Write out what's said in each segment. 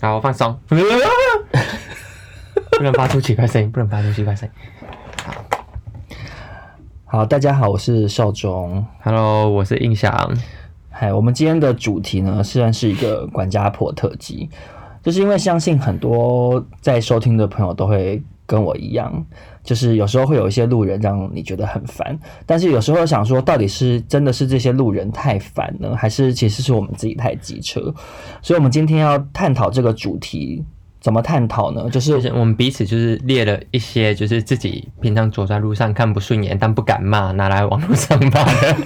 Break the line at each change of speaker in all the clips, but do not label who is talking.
好，放 松，不能发出奇怪声音，不能发出奇怪声音。
好，大家好，我是少中。
Hello，我是印象，
嗨，我们今天的主题呢，虽然是一个管家婆特辑，就是因为相信很多在收听的朋友都会跟我一样，就是有时候会有一些路人让你觉得很烦，但是有时候想说，到底是真的是这些路人太烦呢，还是其实是我们自己太机车？所以，我们今天要探讨这个主题，怎么探讨呢？就
就是是我们彼此就是列了一些，就是自己平常走在路上看不顺眼但不敢骂，拿来网络上骂的。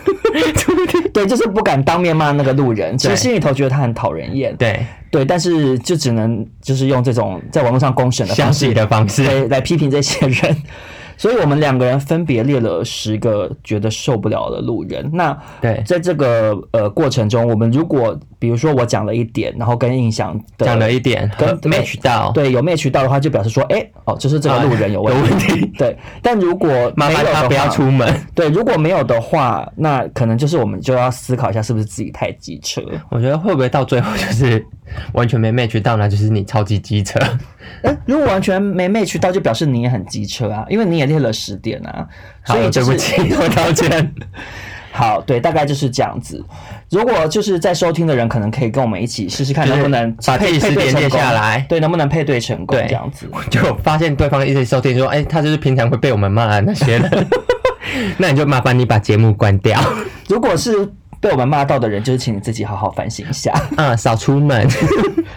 对，就是不敢当面骂那个路人，其实
对
心里头觉得他很讨人 厌，
对，
对，但是就只能就是用这种在网络上公审的
消
方式
极的方式。
来来批评这些人。所以我们两个人分别列了十个觉得受不了的路人。那
对，
在这个呃过程中，我们如果比如说我讲了一点，然后跟印象的
讲了一点，和
跟
match 到，
对有 match 到的话，就表示说，哎、哦，就是这个路人有问
啊有问
题。
题，
对，但如果
麻
没有
烦
的
他
话
不要出门。
对，如果没有的话，那可能就是我们就要思考一下，是不是自己太机车。
我觉得会不会到最后就是完全没 match 到呢？就是你超级机车。
哎、如果完全没 match 到，就表示你也很机车啊，因为你也列了十点啊，
好
所以、
对
就是、
不起， 我道歉。
好，对，大概就是这样子。如果就是在收听的人，可能可以跟我们一起试试看，
就是
能不能
把
配
自己
配
时
对
间
成
列
功
下来
对，能不能配对成功
对
这样子？
就发现对方一直收听说，哎、他就是平常会被我们骂的那些 人，那你就麻烦你把节目关掉，
如果是被我们骂到的人，就是请你自己好好反省一下。
嗯，少出门。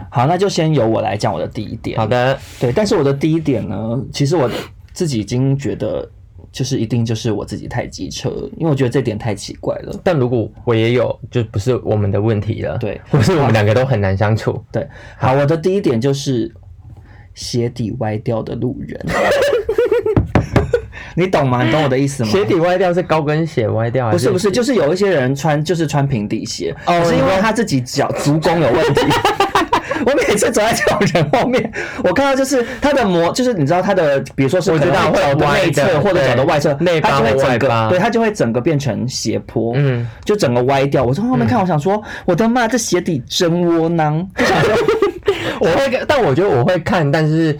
好，那就先由我来讲我的第一点。
好的，
对，但是我的第一点呢，其实我自己已经觉得，就是一定就是我自己太机车，因为我觉得这点太奇怪了。
但如果我也有，就不是我们的问题了，
对
或是我们两个都很难相处。
对，好，我的第一点就是鞋底歪掉的路人， 你懂吗？你懂我的意思吗？
鞋底歪掉是高跟鞋歪掉，
不是不是，就是有一些人穿就是穿平底鞋，
哦
可是因
你
为
说
他自己脚足弓有 问题。我每次走在这种人后面，我看到就是他的膜，就是你知道他的，比如说是
我知道
可
会
能脚的
歪的
内侧或者脚的
对
外侧，
内八
他就会
或
整
外
个，
八
对他就会整个变成斜坡，嗯
嗯，
就整个歪掉。我从后面看，我想说，我的妈，这鞋底真窝囊，就想说
我会，但我觉得我会看，但是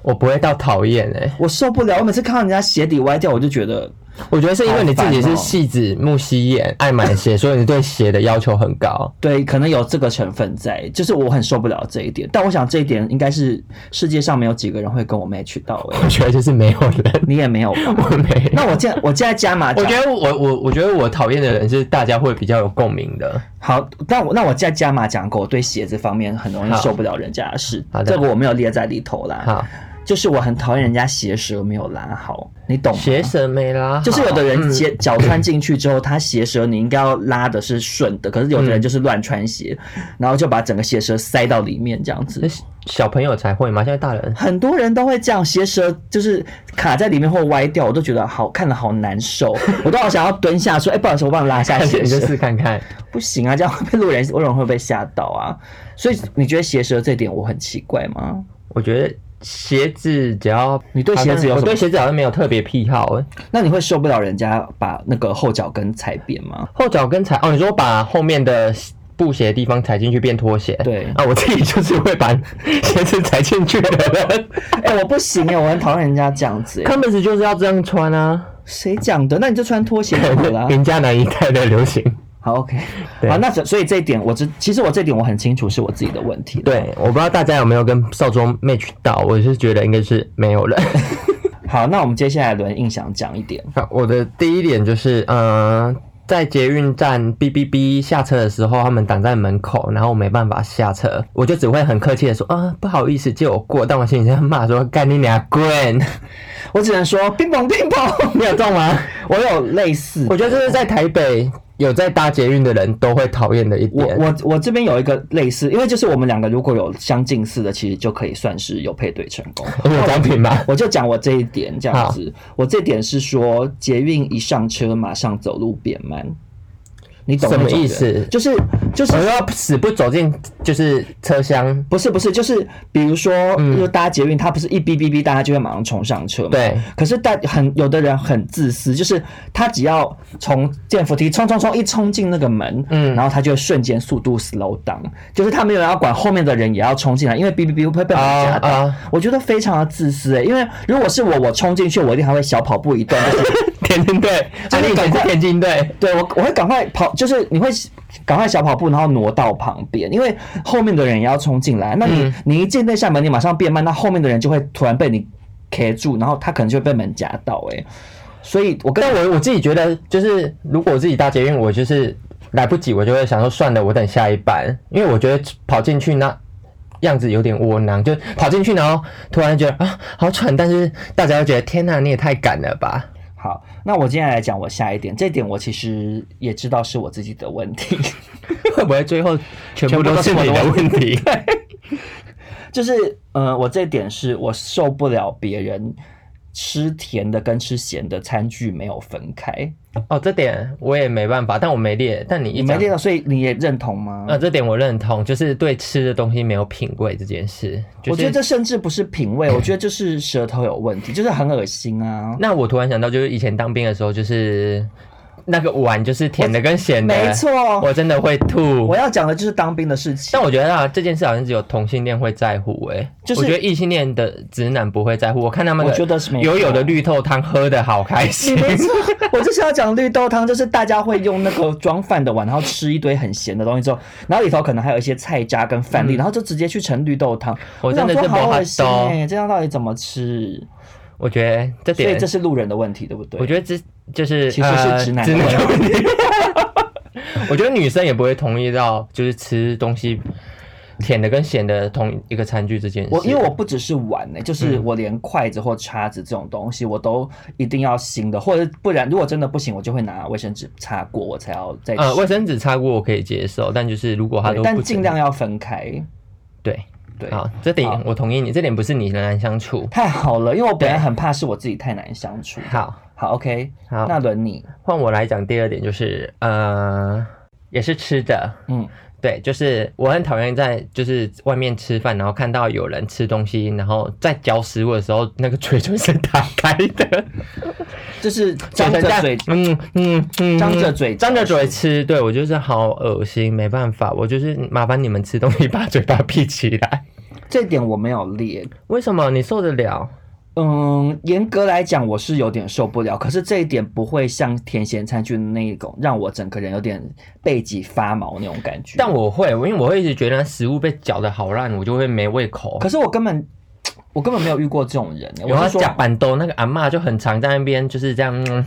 我不会到讨厌哎。
我受不了。我每次看到人家鞋底歪掉，我就觉得
我觉得是因为你自己
好烦
是
哦
戏子、木西眼，爱买鞋，所以你对鞋的要求很高。
对，可能有这个成分在，就是我很受不了这一点。但我想这一点应该是世界上没有几个人会跟我 match 到、欸，
我觉得就是没有人，
你也没有吧？
我没有。
那我现在我现在加码 讲，
我觉得我我我觉得我讨厌的人是大家会比较有共鸣的。
好，那我那我现在加码讲过，我对鞋子方面很容易
好
受不了人家的事
好，的
这个我没有列在里头啦。
好，
就是我很讨厌人家鞋舌没有拉好，你懂吗？
学神没啦，
就是有的人
嗯
鞋脚穿进去之后，他鞋舌你应该要拉的是顺的，可是有的人就是乱穿鞋，然后就把整个鞋舌塞到里面这样子
那。小朋友才会吗？现在大人
很多人都会这样，鞋舌就是卡在里面或歪掉，我都觉得好看了好难受，我都好想要蹲下说，哎、不好意思，我帮你拉一下
你
鞋
就
舌。
试看看。
不行啊，这样会被路人路人会被吓到啊。所以你觉得鞋舌这点我很奇怪吗？
我觉得鞋子只要
你对鞋子有
好像我
什么
对鞋子好像没有特别癖好欸。
那你会受不了人家把那个后脚跟踩扁吗？
后脚跟踩哦，你说把后面的布鞋的地方踩进去变拖鞋？
对
啊，我自己就是会把 鞋子踩进去的人。
哎、我不行哎、我很讨厌人家这样子、哎
Converse 就是要这样穿啊，
谁讲的？那你就穿拖鞋就好啦。
人家那一代的流行。
好，OK，
对
好，那所所以这一点我知，其实我这点我很清楚是我自己的问题。，
对，我不知道大家有没有跟少中 match 到，我是觉得应该是没有 人。
好，那我们接下来轮印象讲一点。
好，我的第一点就是，呃，在捷运站哔哔哔下车的时候，他们挡在门口，然后我没办法下车，我就只会很客气的说，啊、不好意思，借我过。但我心里在骂说，干你俩 滚，
我只能说冰雹冰雹，
你有中吗？
我有类似，
我觉得这是在台北有在搭捷运的人都会讨厌的一
我
点。
我我这边有一个类似，因为就是我们两个如果有相近似的，其实就可以算是有配对成功。
我有奖品吗？
我就讲我这一点这样子，我这点是说捷运一上车马上走路变慢，你懂
什么
那种
意
人
思
就是就是
我要死不走进就是车厢，
不是不是，就是比如说，就搭捷运，它不是一哔哔哔，大家就会马上冲上车
嗯
嘛。
对。
可是但很有的人很自私，就是他只要从电扶梯冲冲冲一冲进那个门，
嗯
然后他就瞬间速度 slow down，就是他没有要管后面的人也要冲进来，因为哔哔哔会被我们夹到。
啊啊
我觉得非常的自私诶、欸因为如果是我，我冲进去，我一定还会小跑步一段，就是
田径队，啊
就
就是是赶
赶快
快田径队，
对我我会赶快跑，就是你会赶快小跑步，然后挪到旁边，因为后面的人也要冲进来。那你、你一进那扇门，你马上变慢，那后面的人就会突然被你 K 住，然后他可能就会被门夹到、欸。所以我跟
但我我自己觉得，就是如果我自己搭捷运，我就是来不及，我就会想说算了，我等下一班，因为我觉得跑进去那样子有点窝囊，就跑进去，然后突然觉得啊好喘，但是大家都觉得天呐，你也太赶了吧？
好，那我接下来讲我下一点，这点我其实也知道是我自己的问题。
会不会最后全
部
部
都
都
是
是
你
你
的
的
问
问题？
就是，呃，我这点是我受不了别人吃甜的跟吃咸的餐具没有分开，
哦，这点我也没办法，但我没列，但你
你
一
没
讲
听到，所以你也认同吗？
呃，这点我认同，就是对吃的东西没有品味这件事。就是、嗯
我觉得这甚至不是品味，我觉得就是舌头有问题，就是很恶心啊。
那我突然想到，就是以前当兵的时候，就是那个碗就是甜的跟咸的，
没错
我真的会吐
我。要讲的就是当兵的事情
但。我觉得啊，这件事好像只有同性恋会在乎、欸，
就是
我觉得异性恋的直男不会在乎。我看他们的，
我觉得是没错
友友的绿豆汤喝的好开
你
心，
没错， 我就是要讲绿豆汤，就是大家会用那个装饭的碗，然后吃一堆很咸的东西之后，然后里头可能还有一些菜渣跟饭粒，然后就直接去盛绿豆汤。
嗯我真的
想
是
说好
没法
恶心
懂
哎、这样到底怎么吃？
我觉得这
所以
点
这，是路人的问题，对不对？
我觉得这就是
其实是直男
呃
的
的
问
问题。 我觉得女生也不会同意到，就是吃东西甜的跟咸的同一个餐具这件事。
我因为我不只是碗
嗯
呢、就是我连筷子或叉子这种东西，我都一定要新的，或者不然如果真的不行，我就会拿卫生纸擦过，我才要再吃。
呃，卫生纸擦过我可以接受，但就是如果他
对
都
但
不
尽
整
量要分开。
对
对，
好，这
好
点我同意你，这点不是你很难相处。
太好了，因为我本来
对
很怕是我自己太难相处。
好，
好，OK，
好
那轮你，
换我来讲第二点，就是呃，也是吃的，
嗯，
对，就是我很讨厌在就是外面吃饭，然后看到有人吃东西，然后在嚼食物的时候，那个嘴唇是打开的，
就是张着嘴，
嗯嗯嗯，
张着嘴
张着
嚼
嘴
食
吃，对我就是好恶心，没办法，我就是麻烦你们吃东西把嘴巴闭起来，
这点我没有列。
为什么你受得了？
嗯，严格来讲，我是有点受不了，可是这一点不会像甜咸餐具那一种让我整个人有点背脊发毛那种感觉。
但我会，我因为我会一直觉得食物被嚼的好烂，我就会没胃口。
可是我根本我根本没有遇过这种人、
然
我
后
是说
啊夹板豆那个阿嬷就很常在那边就是这样，嗯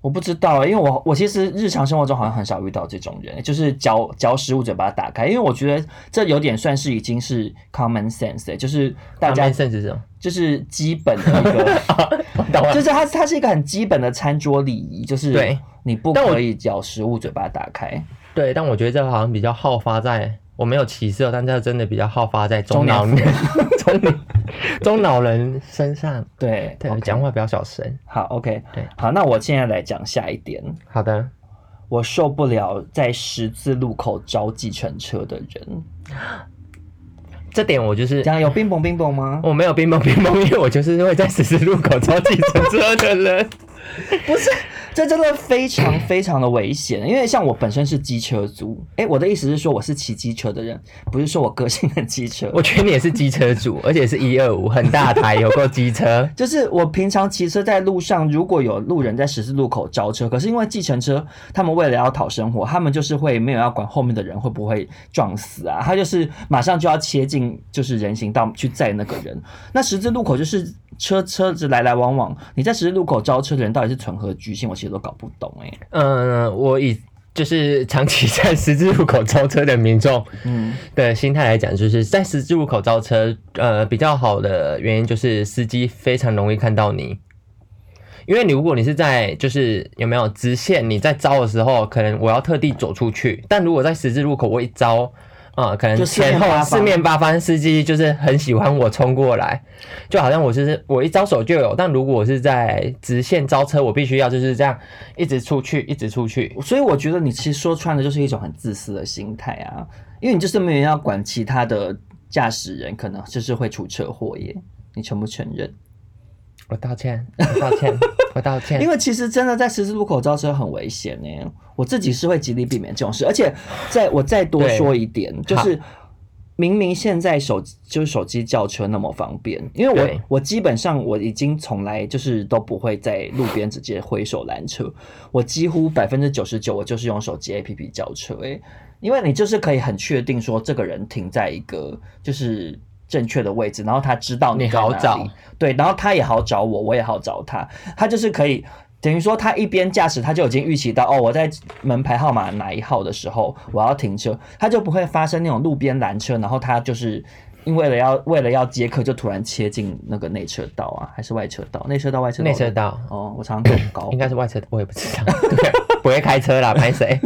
我不知道、啊因为我我其实日常生活中好像很少遇到这种人，就是嚼嚼食物嘴巴打开，因为我觉得这有点算是已经是 common sense，、欸、就是大
阿
家
妹甚至是什么？
就是基本的一个，
我 懂了
就是它它是一个很基本的餐桌礼仪，就是
对
你不
但我
可以嚼食物嘴巴打开。
对，但我觉得这好像比较好发在，我没有歧视哦，但这真的比较好发在
中
中
年
老年、 中年、中老人身上。
对
对
OK
讲话比较小声。
好 OK，
对
好，那我现在来讲下一点，
好的，
我受不了在十字路口招计程车的人，
这点我就是
这样有冰崩冰崩吗？
我没有冰崩冰崩，因为我就是会在十字路口超计程车的人。
不是，这真的非常非常的危险，因为像我本身是机车族，哎，我的意思是说我是骑机车的人，不是说我个性很机车。
我觉得你也是机车主，而且是一二五，很大台，有够机车。
就是我平常骑车在路上，如果有路人在十字路口招车，可是因为计程车，他们为了要讨生活，他们就是会没有要管后面的人会不会撞死啊，他就是马上就要切进就是人行道去载那个人。那十字路口就是车车子来来往往，你在十字路口招车的人到底是存何居心，我其实都搞不懂哎、
嗯，我以就是长期在十字路口招车的民众
嗯，
的心态来讲，就是在十字路口招车，呃，比较好的原因就是司机非常容易看到你。因为你如果你是在就是有没有直线，你在招的时候，可能我要特地走出去；但如果在十字路口，我一招，啊、可能
就四面
前后
八方
四面八方司机就是很喜欢我冲过来，就好像我就是我一招手就有，但如果我是在直线招车，我必须要就是这样一直出去，一直出去。
所以我觉得你其实说穿了就是一种很自私的心态啊，因为你就是没有要管其他的驾驶人，可能就是会出车祸耶，你承不承认？
我道歉，我道歉，我道歉。
因为其实真的在十字路口招车很危险呢、我自己是会极力避免这种事，而且在我再多说一点，就是明明现在手就是手机叫车那么方便，因为
对
我我基本上我已经从来就是都不会在路边直接挥手拦车，我几乎百分之九十九我就是用手机 APP 叫车、欸，因为你就是可以很确定说这个人停在一个就是正确的位置，然后他知道
你
在
好
哪里
找，
对，然后他也好找我，我也好找他，他就是可以。等于说，他一边驾驶，他就已经预期到哦，我在门牌号码哪一号的时候，我要停车，他就不会发生那种路边拦车，然后他就是因为了要为了要接客，就突然切进那个内车道啊，还是外车道？内车道、外车道？
内车道
哦，我常常恐高
应。该是外车，我也不知道， 对，不会开车啦，拍 谁？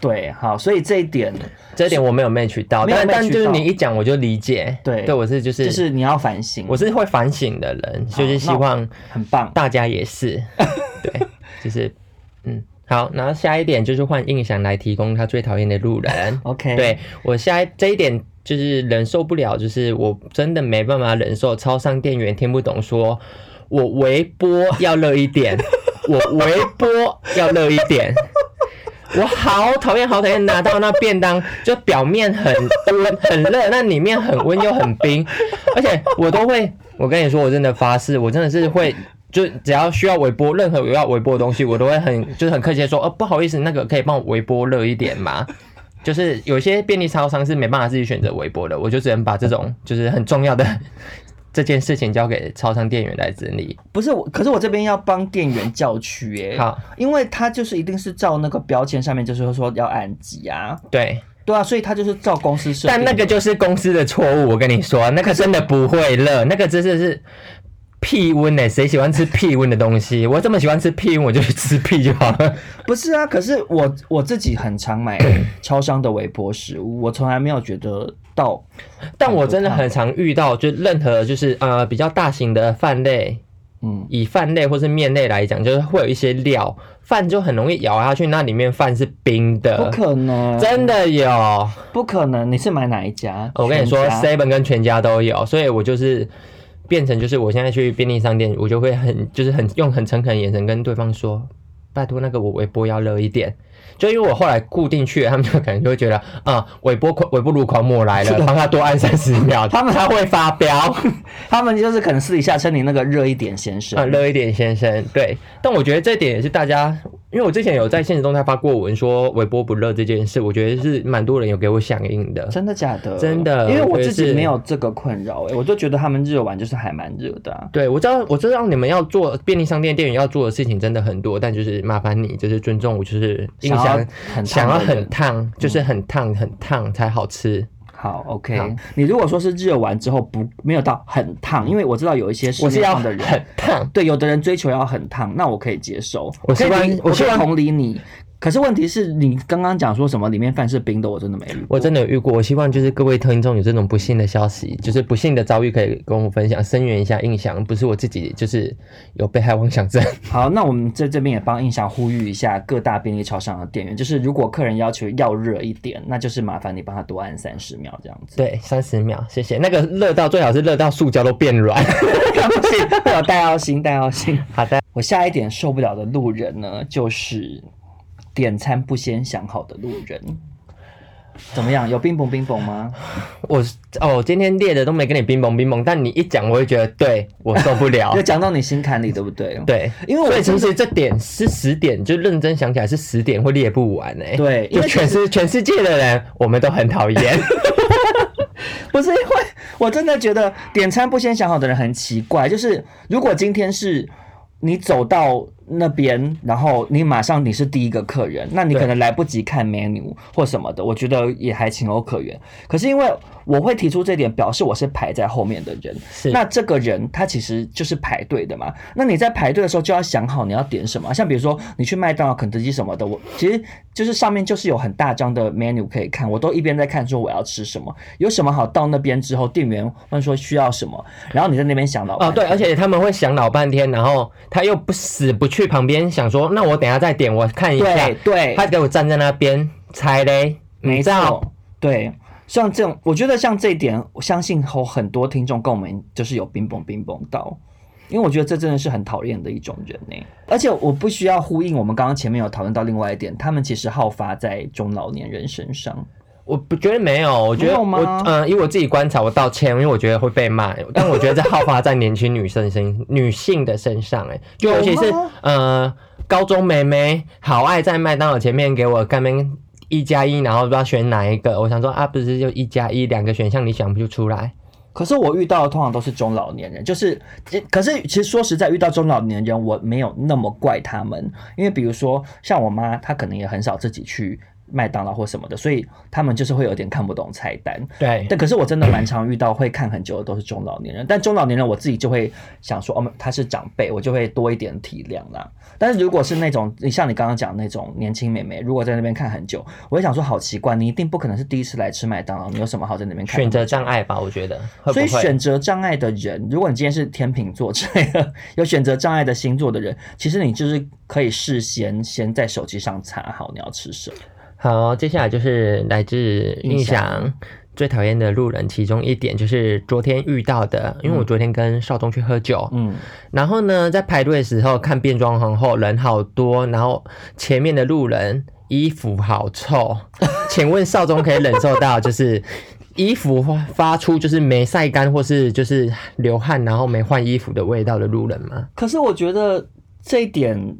对，好，所以这一点
这一点我没有 match 到，
没有
但
match
但就是
到
你一讲我就理解，
对
对我是就是
就是你要反省，
我是会反省的人，就是希
那我
望
很棒。。
大家也是，对，就是嗯好，然后下一点就是换印象来提供他最讨厌的路人
OK，
对我下一这一点就是忍受不了，就是我真的没办法忍受超商店员听不懂说，我微波要热一点，我微波要热一点。我好讨厌，好讨厌拿到那便当，就表面很温很热，那里面很温又很冰，而且我都会，我跟你说，我真的发誓，我真的是会，就只要需要微波，任何有要微波的东西，我都会很就是很客气的说，哦，不好意思，那个可以帮我微波热一点吗？就是有些便利超商是没办法自己选择微波的，我就只能把这 种就是很重要的 这件事情交给超商店员来整理。
不是我，可是我这边要帮店员叫欸区耶、
好，
因为他就是一定是照那个标签上面，就是说要按几啊，
对，
对啊，所以他就是照公司设定
但
的。
那个就是公司的错误，我跟你说，那个真的不会热，那个真的是屁温呢、谁喜欢吃屁温的东西？我这么喜欢吃屁温，我就去吃屁就好 了。
不是啊，可是我我自己很常 买超商的微波食物，我从来没有觉得到
但我真的很常遇到，就任何就是呃比较大型的饭类，
嗯，
以饭类或是面类来讲，就是会有一些料，饭就很容易咬下去，那里面饭是冰
不
的。
可能，
真的有，
不可能。你是买哪一家？
我跟你说
全家
，seven 跟全家都有，所以我就是变成就是我现在去便利商店，我就会很就是很用很诚恳的眼神跟对方说，拜托那个我微波要热一点。就因为我后来固定去了，他们就可能就会觉得啊、微波狂微波炉狂魔来了，帮他多按三十秒， 他们他会发飙。
他们就是可能私底下称你那个热一点先生。
啊，热一点先生，对。但我觉得这点也是大家，因为我之前有在现实动态发过文说微波不热这件事，我觉得是蛮多人有给我响应的。
真的假的？
真的
因为我
我觉得
自己
是
没有这个困扰、欸，我就觉得他们热完就是还蛮热的、啊。
对，我知道，我知道你们要做便利商店店员要做的事情真的很多，但就是麻烦你，就是尊重我，就是印
想要
象
很烫
想要
的人嗯
很烫，就是很烫很烫才好吃。
好，OK
好嗯
你如果说是热完之后不没有到很烫，因为我知道有一些
我
是
是要
烫的
很
人，
烫，
对，有的人追求要很烫，那我可以接受，
我希望
可以理
我
我
希
可以
望
同理你。可是问题是你刚刚讲说什么里面饭是冰的，我真的没遇过。
我真的有遇过。我希望就是各位听众有这种不幸的消息，就是不幸的遭遇可以跟我分享，声援一下印象，不是我自己就是有被害妄想症。
好，那我们在这边也帮印象呼吁一下各大便利超商的店员，就是如果客人要求要热一点，那就是麻烦你帮他多按三十秒这样 子。
对，三十秒，谢谢。那个热到最好是热到塑胶都变软。
不行， 会有带药心，带药心。
好的，
我下一点受不了的路人呢，就是点餐不先想好的路人。怎么样？有冰崩冰崩吗？
我是哦，今天列的都没跟你冰崩冰崩，但你一讲，我会觉得对我受不了
有。讲到你心坎里，对不对？
对，
因为我
所以
真
其
的
实这点是十点，就认真想起来是十点会列不完哎、
对因
就
为
全
其
世全世界的人，我们都很讨厌。
不是因为我真的觉得点餐不先想好的人很奇怪。就是如果今天是你走到那边，然后你马上你是第一个客人，那你
对
可能来不及看 menu 或什么的，我觉得也还情有可原。可是因为我会提出这点，表示我是排在后面的人，
是
那这个人他其实就是排队的嘛。那你在排队的时候就要想好你要点什么，像比如说你去麦当劳、肯德基什么的，我其实就是上面就是有很大张的 menu 可以看，我都一边在看说我要吃什么，有什么好到那边之后，店员问说需要什么，然后你在那边想哎老
哦，
半
对，
天
而且他们会想老半天，然后他又不死不去旁边想说，那我等一下再点，我看一下
对。对，
他给我站在那边猜嘞，
没
你知道
错，对，像这种，我觉得像这一点，我相信有很多听众跟我们就是有冰崩冰崩到，因为我觉得这真的是很讨厌的一种人呢、而且我不需要呼应我们刚刚前面有讨论到另外一点，他们其实好发在中老年人身上。
我不觉得没有，我觉
没
得
有吗
我嗯、以我自己观察，我道歉，因为我觉得会被骂，但我觉得这好发在年轻女生身 女性的身上、欸，哎，就尤其是
有吗
呃高中妹妹，好爱在麦当劳前面给我干边一加一，然后不知道选哪一个，我想说啊，不是就一加一两个选项，你想不出来，
可是我遇到的通常都是中老年人，就是，其可是其实说实在，遇到中老年人，我没有那么怪他们，因为比如说像我妈，她可能也很少自己去麦当劳或什么的，所以他们就是会有点看不懂菜单。
对
但可是我真的蛮常遇到会看很久的都是中老年人，但中老年人我自己就会想说，哦，他是长辈，我就会多一点体谅啦。但是如果是那种你像你刚刚讲那种年轻妹妹，如果在那边看很久，我会想说好奇怪，你一定不可能是第一次来吃麦当劳，你有什么好在那边看那
选
么久？
择障碍吧，我觉得会不
所以
会？
选择障碍的人，如果你今天是天秤座之类的， 有选择障碍的星座的人，其实你就是可以事先先在手机上查好你要吃什么。
好，接下来就是来自印
印象
象最讨厌的路人，其中一点就是昨天遇到的，因为我昨天跟少宗去喝酒，
嗯，
然后呢，在排队的时候看变装皇后人好多，然后前面的路人衣服好臭， 请问少宗可以忍受到就是衣服发发出就是没晒干或是就是流汗然后没换衣服的味道的路人吗？
可是我觉得这一点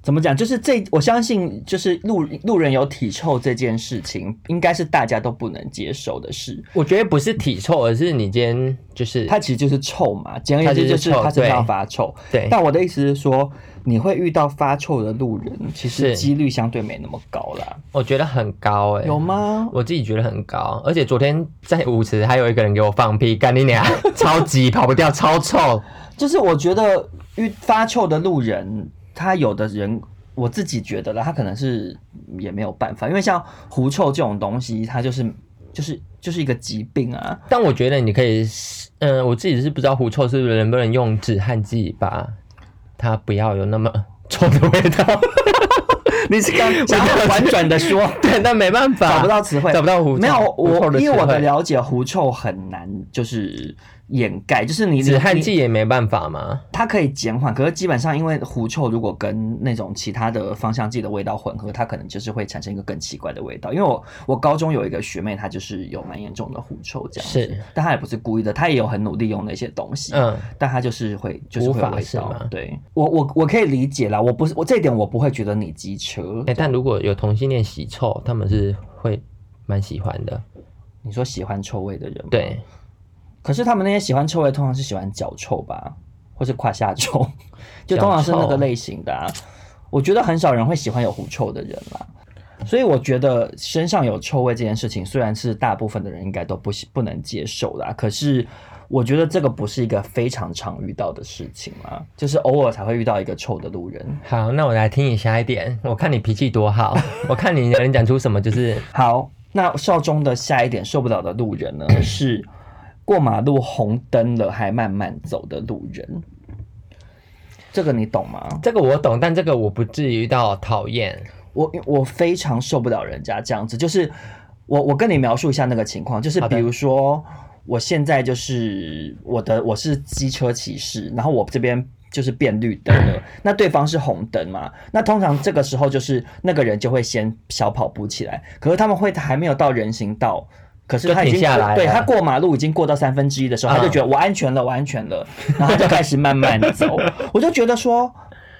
怎么讲，就是这我相信就是路路人有体臭这件事情，应该是大家都不能接受的事。
我觉得不是体臭，而是你今天就是
它其实就是臭嘛，简而言之
它就
就是是
臭
它身上
对
发臭。
对
但我的意思是说，你会遇到发臭的路人，其实
是
几率相对没那么高啦。
我觉得很高哎、
有？吗？
我自己觉得很高，而且昨天在舞池还有一个人给我放屁，干你娘，超级跑不掉，超臭。
就是我觉得遇发臭的路人，他有的人我自己觉得啦，他可能是也没有办法，因为像狐臭这种东西，它就是就是就是一个疾病啊。
但我觉得你可以，嗯、我自己是不知道狐臭是不是能不能用止汗剂把它不要有那么臭的味 道。
你是刚 想要婉转的说，
对，但没办法，
找不到词汇，
找不到狐臭，
没有
狐臭
我，
的
因为我
词
的
汇
了解，狐臭很难就是掩盖，就是你
止汗。剂
你
也没办法嘛。
它可以减缓，可是基本上因为狐臭如果跟那种其他的芳香剂的味道混合，它可能就是会产生一个更奇怪的味道。因为我我高中有一个学妹，她就是有蛮严重的狐臭这样子，
是
但她也不是故意的，她也有很努力用那些东西，
嗯，
但它就是会就是会有
无法
味
是
道
吗。
对我我我可以理解啦，我不是我这一点我不会觉得你机车
哎、。但如果有同性恋洗臭，他们是会蛮喜欢的。
你说喜欢臭味的人吗
对，
可是他们那些喜欢臭味，通常是喜欢脚臭吧，或是胯下臭， 就通常是那个类型的、啊。我觉得很少人会喜欢有狐臭的人啦，所以我觉得身上有臭味这件事情，虽然是大部分的人应该都不喜不能接受啦，可是我觉得这个不是一个非常常遇到的事情啦，就是偶尔才会遇到一个臭的路人。
好，那我来听你下一点，我看你脾气多 好，我看你能讲出什么，就是
好，那少中的下一点受不了的路人呢是过马路红灯了还慢慢走的路人，这个你懂吗？
这个我懂，但这个我不至于到讨厌。
我我非常受不了人家这样子，就是我我跟你描述一下那个情况，就是
好
比
的
如说我现在就是我的我是机车骑士，然后我这边。就是变绿灯了，那对方是红灯嘛？那通常这个时候就是那个人就会先小跑步起来，可是他们会还没有到人行道，可是他已
就
经
停下来了
对他过马路已经过到三分之一的时候，他就
嗯
觉得我安全了，我安全了，然后他就开始慢慢 走。我就觉得说，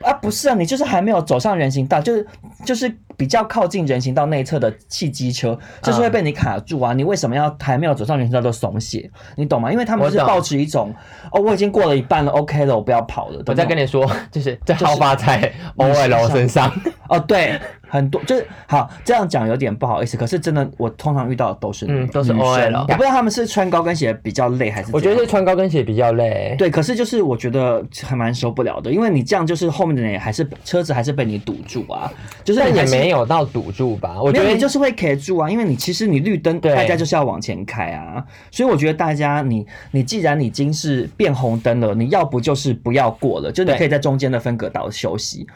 啊，不是啊，你就是还没有走上人行道，就是就是比较靠近人行道内侧的汽机
嗯
车，就是会被你卡住啊！你为什么要还没有走上人行道就松懈？你懂吗？因为他们
我
是
懂
抱持一种哦，我已经过了一半了，OK 了，我不要跑了。
我在跟
你
你说，哦就是这
就是
好发在 OL 身上，
哦，对，很多就是好这样讲有点不好意思，可是真的我通常遇到的都是
嗯都是
女生
OL
我不知道他们是穿高跟鞋比较累还是怎样
我觉得是穿高跟鞋比较累。
对，可是就是我觉得还蛮受不了的，因为你这样就是后面的人也还是车子还是被你堵住啊，就是
但
你
也
还是
没有到堵住吧？我
没
觉
有，
得
你就是会 K 住啊，因为你其实你绿灯，
对
大家就是要往前开啊。所以我觉得大家，你你既然已经是变红灯了，你要不就是不要过了，就你
对
可以在中间的分隔岛休息。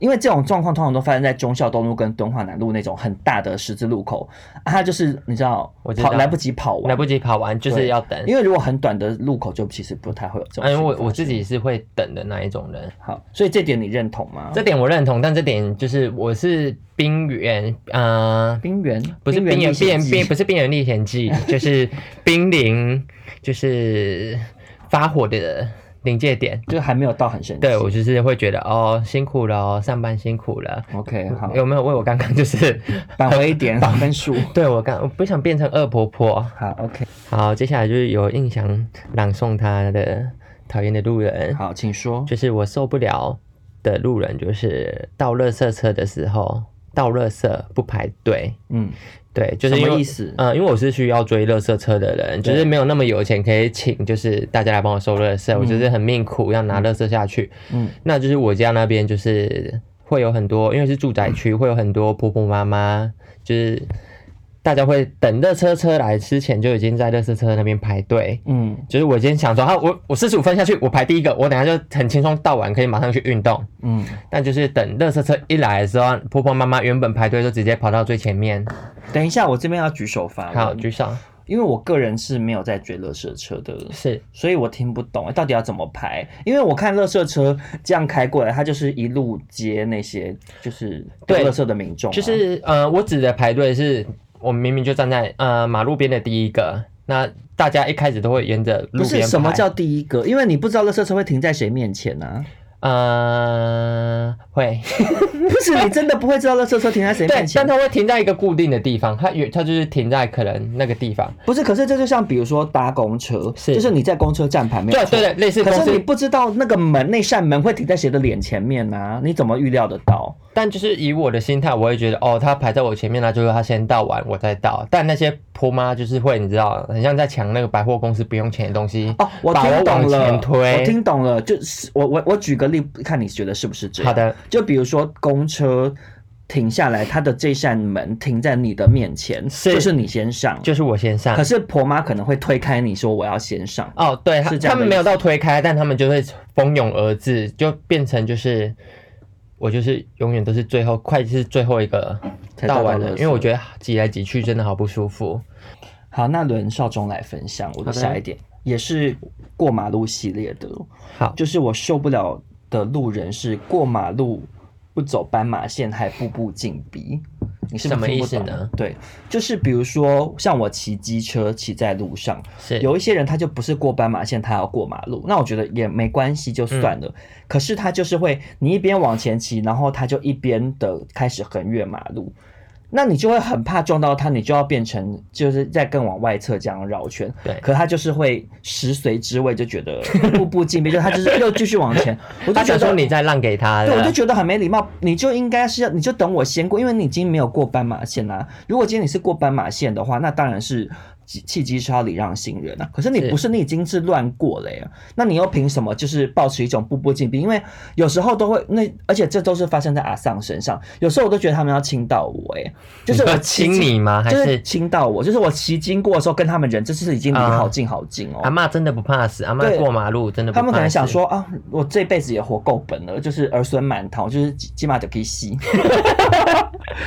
因为这种状况通常都发生在忠孝东路跟敦化南路那种很大的十字路口，啊、它就是你知道
我知道
跑来不及跑完
来，不及跑完，就是要等。
因为如果很短的路口就其实不太会有这种
嗯，
情
因为
况。
我我自己是会等的那一种人，
好，所以这点你认同吗？
这点我认同，但这点就是我是冰原，呃，
冰原
不是冰
冰
原
历险
冰
记
冰不是冰原历险 记，就是濒临就是发火的临界点。
就还没有到很神奇。
对我就是会觉得哦，辛苦了哦，上班辛苦了。
OK 好，
有没 有为我刚刚就是
扳回一点分数。
对我刚我不想变成恶婆婆。
好，OK，
好，接下来就是有印象朗诵他的讨厌的路人。
好，请说。
就是我受不了的路人，就是倒垃圾车的时候倒垃圾不排队。
嗯，
对，就是
什
因
么
为
意思
呃，因为我是需要追垃圾车的人，
对
就是没有那么有钱可以请，就是大家来帮我收垃圾，我就是很命苦要拿垃圾下去。
嗯，
那就是我家那边就是会有很多，因为是住宅区，
嗯
会有很多婆婆妈妈，就是大家会等垃圾车来之前就已经在垃圾车那边排队。
嗯
就是我今天想说，啊，我我四十五分下去，我排第一个，我等下就很轻松倒完，可以马上去运动。
嗯，
但就是等垃圾车一来的时候，婆婆妈妈原本排队就直接跑到最前面。
等一下，我这边要举手发
好，
问，
举手。
因为我个人是没有在追乐色车的，
是，
所以我听不懂到底要怎么排。因为我看乐色车这样开过来，它就是一路接那些就是
对
乐色的民众啊、
就是呃，我指的排队是，我明明就站在呃马路边的第一个，那大家一开始都会沿着路
不
边排。
是什么叫第一个，因为你不知道乐色车会停在谁面前啊。
呃会？
不是你真的不会知道乐色车停在谁
对
面，前
但。它会停在一个固定的地方，它有它就是停在可能那个地方。
不是，可是这就像比如说搭公车，
是
就是你在公车站牌没有
对
错
对对，类似
可
公
是你
司，
不知道那个门那扇门会停在谁的脸前面啊？你怎么预料得到？
但就是以我的心态，我会觉得哦，他排在我前面，那就是他先到完，我再到。但那些婆妈就是会，你知道，很像在抢那个百货公司不用钱的东西
哦，我
把
听
我
懂
往
了，
前推。
我听懂了，就是我我我举个例，看你觉得是不是这样？
好的，
就比如说公车停下来，它的这扇门停在你的面前，
是
就是你先上，
就是我先上
可。是婆妈可能会推开你说我要先上，
哦，对，他
是这
他
样的
们没有到推开，但他们就会蜂拥而至，就变成就是我就是永远都是最后，快是最后一个
才
到完
到
了，
垃圾
因为我觉得挤来挤去真的好不舒服。
好，那轮少中来分享我的
好的
下一点，也是过马路系列的，
好，
就是我受不了的路人是过马路不走斑马线还步步紧逼。你是不是
什么
听不
意思
懂
呢？
对，就是比如说像我骑机车骑在路上，
是
有一些人他就不是过斑马线，他要过马路，那我觉得也没关系，就算了。
嗯
可是他就是会，你一边往前骑，然后他就一边的开始横越马路，那你就会很怕撞到他，你就要变成就是在更往外侧这样绕圈。
对
可他就是会食髓知味，就觉得 步步进逼，就他就是又继续往前，我就
他
觉
想
得
说你。在让给他
对，我就
了，
觉得很没礼貌。你就应该是要，你就等我先过，因为你已经没有过斑马线啦、啊如果今天你是过斑马线的话，那当然是骑汽机车要礼让行人啊。可是你
是
不是，你已经是乱过了耶。那你又凭什么就是保持一种步步进逼？因为有时候都会那，而且这都是发生在阿丧身上。有时候我都觉得他们要亲到我，哎，就是
你
我
说 亲
骑
你吗还
就是亲到我，就是我骑经过的时候跟他们人，就是已经离
啊
好近好近哦。
阿嬷真的不怕死，阿嬷
对
过马路真的不怕
他
死。
们可能想说啊，我这辈子也活够本了，就是儿孙满堂，就是起码就可以吸。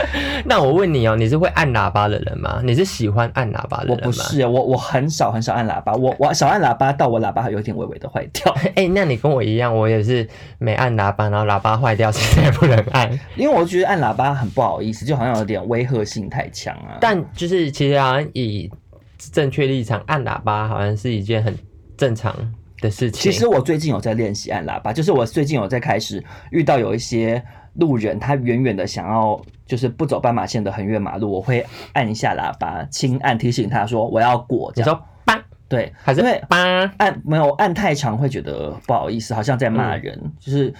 那我问你哦，你是会按喇叭的人吗？你是喜欢按喇叭的人
我
吗？
不。是，啊哦我我很少很少按喇叭，我我少按喇叭到我喇叭有点微微的坏掉，
哎、那你跟我一样，我也是没按喇叭，然后喇叭坏掉，现在不能按。
因为我觉得按喇叭很不好意思，就好像有点威吓性太强啊。
但就是其实好像以正确立场，按喇叭好像是一件很正常的事情。
其实我最近有在练习按喇叭，就是我最近有在开始遇到有一些路人他远远的想要就是不走斑马线的横越马路，我会按一下喇叭，轻按提醒他说我要过。这
你
样
说八
对，
还是
因为
八？
按没有按太长会觉得不好意思，好像在骂人，
嗯
就是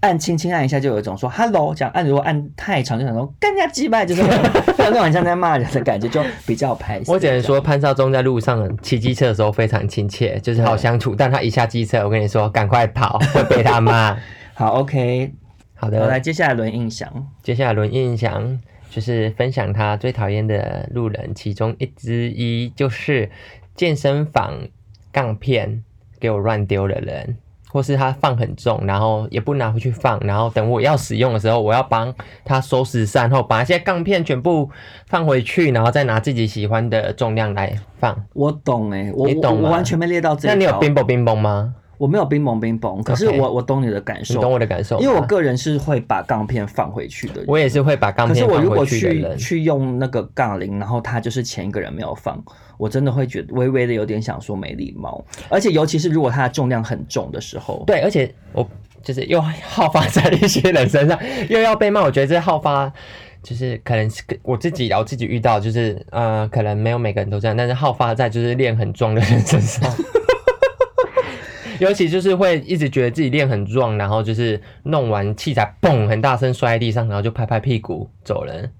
按轻轻按一下就有一种说 “hello” 这样按，如果按太长就想说“干人家鸡巴”，就是会有那种 很像在骂人的感觉，就比较排斥。
我只能说，潘少忠在路上骑机车的时候非常亲切，就是好相处。但他一下机车，我跟你说，赶快跑，会被他 骂。
好，OK，
好
好，来
的，
接下来轮印象，
接下来轮印象就是分享他最讨厌的路人，其中一之一就是健身房杠片给我乱丢的人，或是他放很重，然后也不拿回去放，然后等我要使用的时候，我要帮他收拾善后，把那些杠片全部放回去，然后再拿自己喜欢的重量来放。
我懂哎、我
你懂
我
吗
我完全没列到这一
那你有
条
冰雹冰崩吗？
我没有冰崩冰崩，可是
OK
我我懂你的感
你懂
受，
我的感受吗，
因为我个人是会把杠片放回去的人。
我也是会把钢
可是
片
我
放
如
回
果
去的
去
人。
去用那个杠铃，然后他就是前一个人没有放，我真的会觉得微微的有点想说没礼貌，而且尤其是如果他的重量很重的时候，
对，而且我就是又好发在一些人身上，又要被骂。我觉得这好发就是可能是我自己，然后自己遇到，就是呃，可能没有每个人都这样，但是好发在就是练很壮的人身上。 尤其就是会一直觉得自己练很壮，然后就是弄完器材嘣很大声摔在地上，然后就拍拍屁股走人。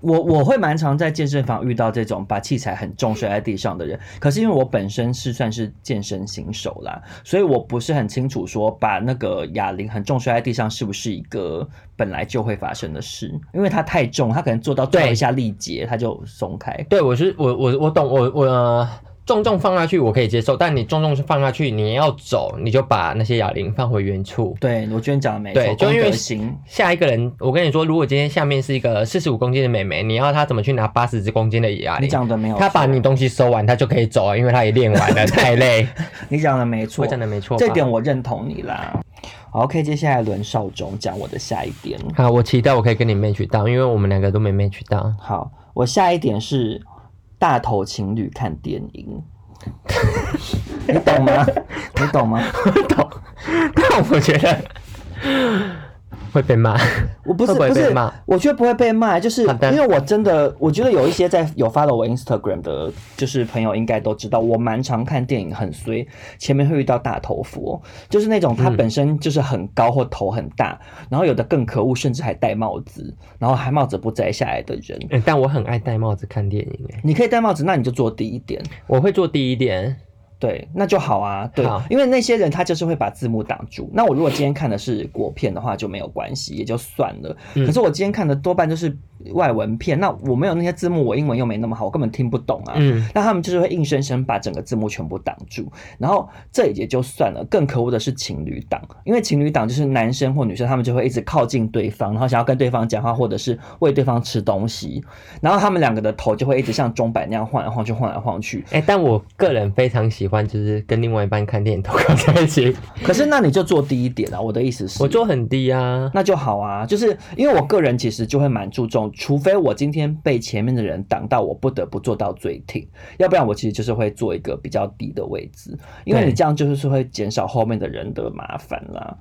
我我会蛮常在健身房遇到这种把器材很重摔在地上的人，可是因为我本身是算是健身新手啦，所以我不是很清楚说把那个哑铃很重摔在地上是不是一个本来就会发生的事，因为它太重，它可能做到最后
对
一下力竭，它就松开。
对我是我我我懂我我。呃重重放下去我可以接受，但你重重放下去，你要走你就把那些哑铃放回原处，
对，我觉得你讲的没
对
错，
就
公
因为
德心。
下一个人，我跟你说，如果今天下面是一个四十五公斤的妹妹，你要她怎么去拿八十公斤的哑
你
铃？
讲的没有错，
她把你东西收完，她就可以走了，因为她也练完 了，太累。
你讲的没错，
我讲的没错吧
这点我认同你啦。好，OK，接下来轮少总讲我的下一点。
好，我期待我可以跟你 match 到，因为我们两个都没 match 到。
好，我下一点是大头情侣看电影，你懂 吗？你懂吗？
懂， 但我觉得会被 骂。
我不是
会不会
不
被
是
骂，
我觉得不会被骂，就是
好的
因为我真的，我觉得有一些在有 follow 我 Instagram 的，就是朋友应该都知道，我蛮常看电影，很衰，前面会遇到大头佛，就是那种他本身就是很高或头很大，然后有的更可恶，甚至还戴帽子，然后还帽子不摘下来的人。
嗯但我很爱戴帽子看电影，哎，
你可以戴帽子，那你就做低一点，
我会做第一点。
对，那就好啊。对
好，
因为那些人他就是会把字幕挡住。那我如果今天看的是国片的话就没有关系，也就算了。
嗯
可是我今天看的多半就是外文片，那我没有那些字幕，我英文又没那么好，我根本听不懂啊。
嗯，
那他们就是会硬生生把整个字幕全部挡住，然后这也就算了。更可恶的是情侣档，因为情侣档就是男生或女生他们就会一直靠近对方，然后想要跟对方讲话，或者是喂对方吃东西，然后他们两个的头就会一直像钟摆那样晃来晃去，晃来晃去。
哎、但我个人非常喜欢，就是跟另外一半看电影投靠在一 起。
可是那你就做低一点啊！我的意思是，
我做很低啊，
那就好啊。就是因为我个人其实就会蛮注重，除非我今天被前面的人挡到，我不得不做到最挺，要不然我其实就是会做一个比较低的位置，因为
对
你这样就是会减少后面的人的麻烦啦。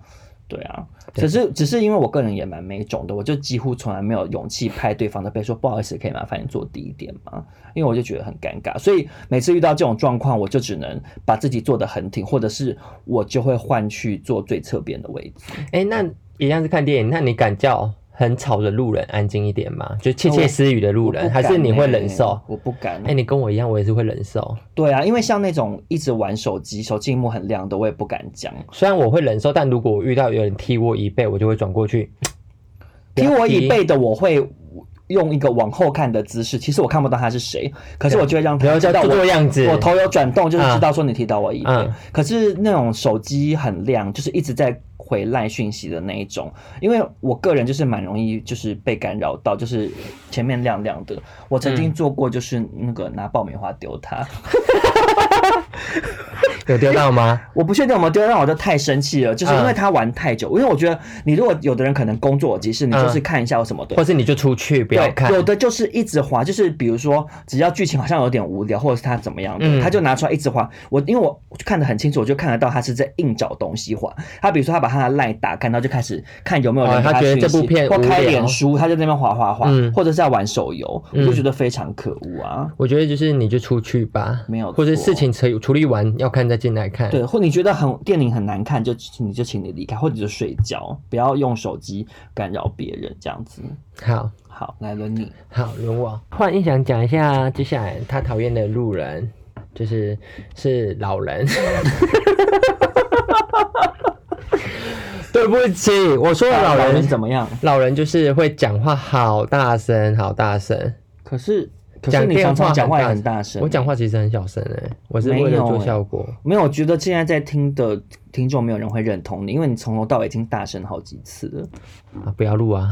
对啊，
对
只是只是因为我个人也蛮没种的，我就几乎从来没有勇气拍对方的背说不好意思，可以麻烦你坐低一点吗？因为我就觉得很尴尬，所以每次遇到这种状况，我就只能把自己坐得很挺，或者是我就会换去坐最侧边的位置。
哎、那一样是看电影，那你敢叫很吵的路人安静一点吗？就窃窃私语的路人，
我不
还
敢
是你会忍
欸
受？
我不敢。
哎、你跟我一样，我也是会忍受。
对啊，因为像那种一直玩手机、手机屏幕很亮的，我也不敢讲。
虽然我会忍受，但如果我遇到有人踢我椅背，我就会转过去。不
踢
要
我椅背的，我会用一个往后看的姿势，其实我看不到他是谁，可是我就会让
不要
他
叫
知道
做
我
做样子。
我头有转动，就是
嗯
知道说你踢到我椅背。
嗯
可是那种手机很亮，就是一直在回赖讯息的那一种，因为我个人就是蛮容易就是被干扰到，就是前面亮亮的。
嗯
我曾经做过，就是那个拿爆米花丢他，
有丢到吗？
我不确定有没有丢，但我就太生气了，就是因
嗯
为他玩太久。因为我觉得你如果有的人可能工作有急事，你就是
嗯
看一下有什么的。
或是你就出去不要
对，
看？
有的就是一直滑，就是比如说，只要剧情好像有点无聊，或者是他怎么样的，
嗯
他就拿出来一直滑。我因为我看得很清楚，我就看得到他是在硬找东西滑。他比如说他把他的赖打开，然后就开始看有没有人、
哦他觉得这部片
或
无
开
聊
脸书，他就在那边滑滑滑，
嗯
或者是在玩手游，我就
嗯
觉得非常可恶啊。
我觉得就是你就出去吧，
没有
或者
错
事情处处理完要看再进来看。
对，或你觉得很电影很难看，就你就请你离开，或者就睡觉，不要用手机干扰别人这样子。
好
好，来轮你。
好轮我。换印象讲一下，接下来他讨厌的路人就是是老人。 对不起，我说的老
老人
人
啊怎么样？
老人就是会讲话好大声，好大声。
可是可是
讲
你
电
常
话
常讲话也
很
很大声。
我讲话其实很小声哎、我是为
没
了
有
做
欸
效果。
没有，我觉得现在在听的听众没有人会认同你，因为你从头到尾已经大声好几次了。
啊，不要录啊！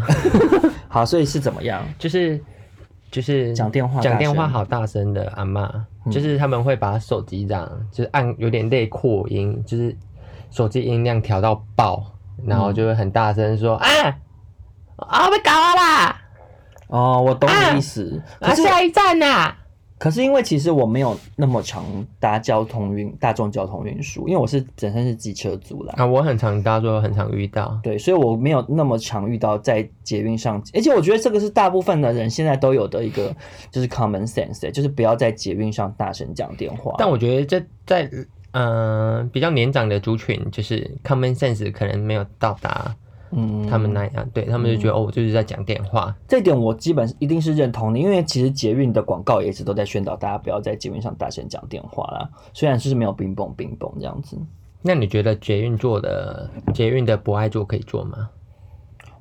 好，所以是怎么样？
就是就是
讲电话
讲电
大
话
声
好大嗯声的阿妈，就是他们会把手机这样，就是按有点类扩音，就是手机音量调到爆，然后就会很大声说、啊啊被搞了啦，
哦，我懂你意思。
啊
可是、
下一站啊呐、
可是因为其实我没有那么常搭交通运大众交通运输，因为我是本身是机车族啦。
啊，我很常搭说很常遇到，
对，所以我没有那么常遇到在捷运上，而且我觉得这个是大部分的人现在都有的一个，就是 common sense，、就是欸不要在捷运上大声讲电话。
但我觉得这在嗯、呃比较年长的族群，就是 common sense 可能没有到达
嗯
他们那样，对他们就觉得、哦，我就是在讲电话，
这点我基本一定是认同的，因为其实捷运的广告也一直都在宣导大家不要在捷运上大声讲电话啦。虽然就是没有冰蹦冰蹦这样子，
那你觉得捷运做的捷运的不爱做可以做吗？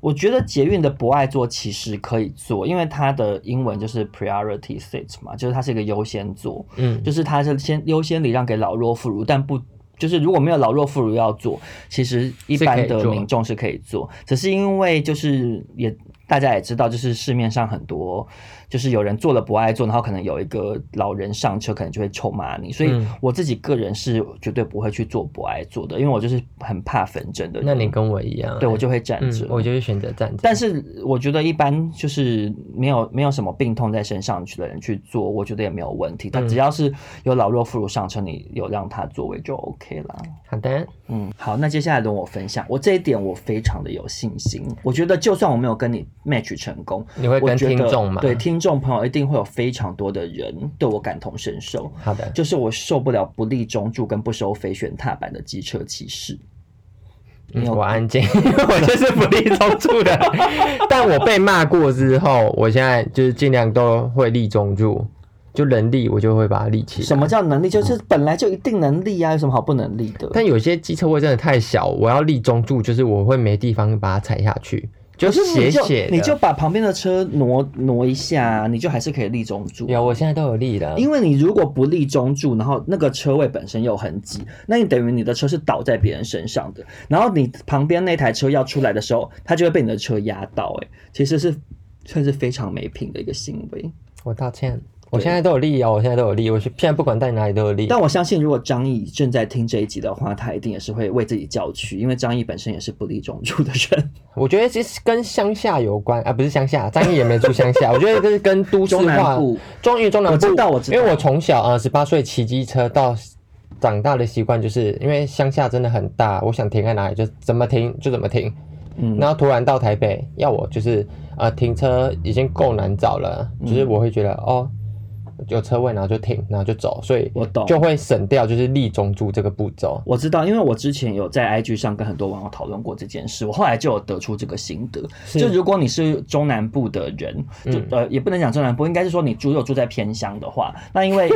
我觉得捷运的不爱做其实可以做，因为它的英文就是 priority seat 嘛，就是它是一个优先座，
嗯，
就是它是先优先礼让给老弱妇孺，但不。就是如果没有老弱妇孺要做，其实一般
是可
的
以做
民众是可以做，只是因为就是也大家也知道，就是市面上很多就是有人做了不爱做，然后可能有一个老人上车，可能就会臭骂你，所以
嗯
我自己个人是绝对不会去做不爱做的，因为我就是很怕纷争的人。
那你跟我一样欸，
对我就会站
嗯
着，
我就是选择站着。
但是我觉得一般就是没有没有什么病痛在身上去的人去做，我觉得也没有问
嗯
题。但只要是有老弱妇孺上车，你有让他座位就 OK 啦。
好的，
嗯，好，那接下来轮我分享，我这一点我非常的有信心。我觉得就算我没有跟你 match 成功，
你会
我
跟
觉得
听众吗？
对，听众朋友一定会有非常多的人对我感同身受。
好的，
就是我受不了不立中柱跟不收非选踏板的机车骑士，
嗯
你有
我安静， 我就是不立中柱 的。但我被骂过之后，我现在就是尽量都会立中柱，就能立我就会把它立起来。
什么叫能力？就是本来就一定能力啊，有什么好不能力的？
但有些机车位真的太小，我要立中柱，就是我会没地方把它踩下去，就
可是
斜
你就
斜的。
你就把旁边的车挪挪一下，你就还是可以立中柱。
有，我现在都有立了，
因为你如果不立中柱，然后那个车位本身又很挤，那你等于你的车是倒在别人身上的，然后你旁边那台车要出来的时候，它就会被你的车压到、欸，其实是算是非常没品的一个行为。
我道歉。我现在都有立哦，我现在都有立，我现在不管在哪里都有立。
但我相信，如果张译正在听这一集的话，他一定也是会为自己叫屈，因为张译本身也是不立中柱的人，
我觉得其实跟乡下有关啊，不是乡下，张毅也没住乡 下。我觉得这是跟都市
中
化
南，部。
中于中南部，
我知道我知道
因为我从小啊，十八岁骑机车到长大的习惯，就是因为乡下真的很大，我想停在哪里就怎么停就怎么停。
嗯
然后突然到台北，要我就是啊停车已经够难找了，
嗯
就是我会觉得哦有车位，然后就停，然后就走，所以
我懂
就会省掉就是立中柱这个步骤。
我知道，因为我之前有在 IG 上跟很多网友讨论过这件事，我后来就有得出这个心得，
是
就如果你是中南部的人，就、
嗯
呃也不能讲中南部，应该是说你如果住在偏乡的话，那 因为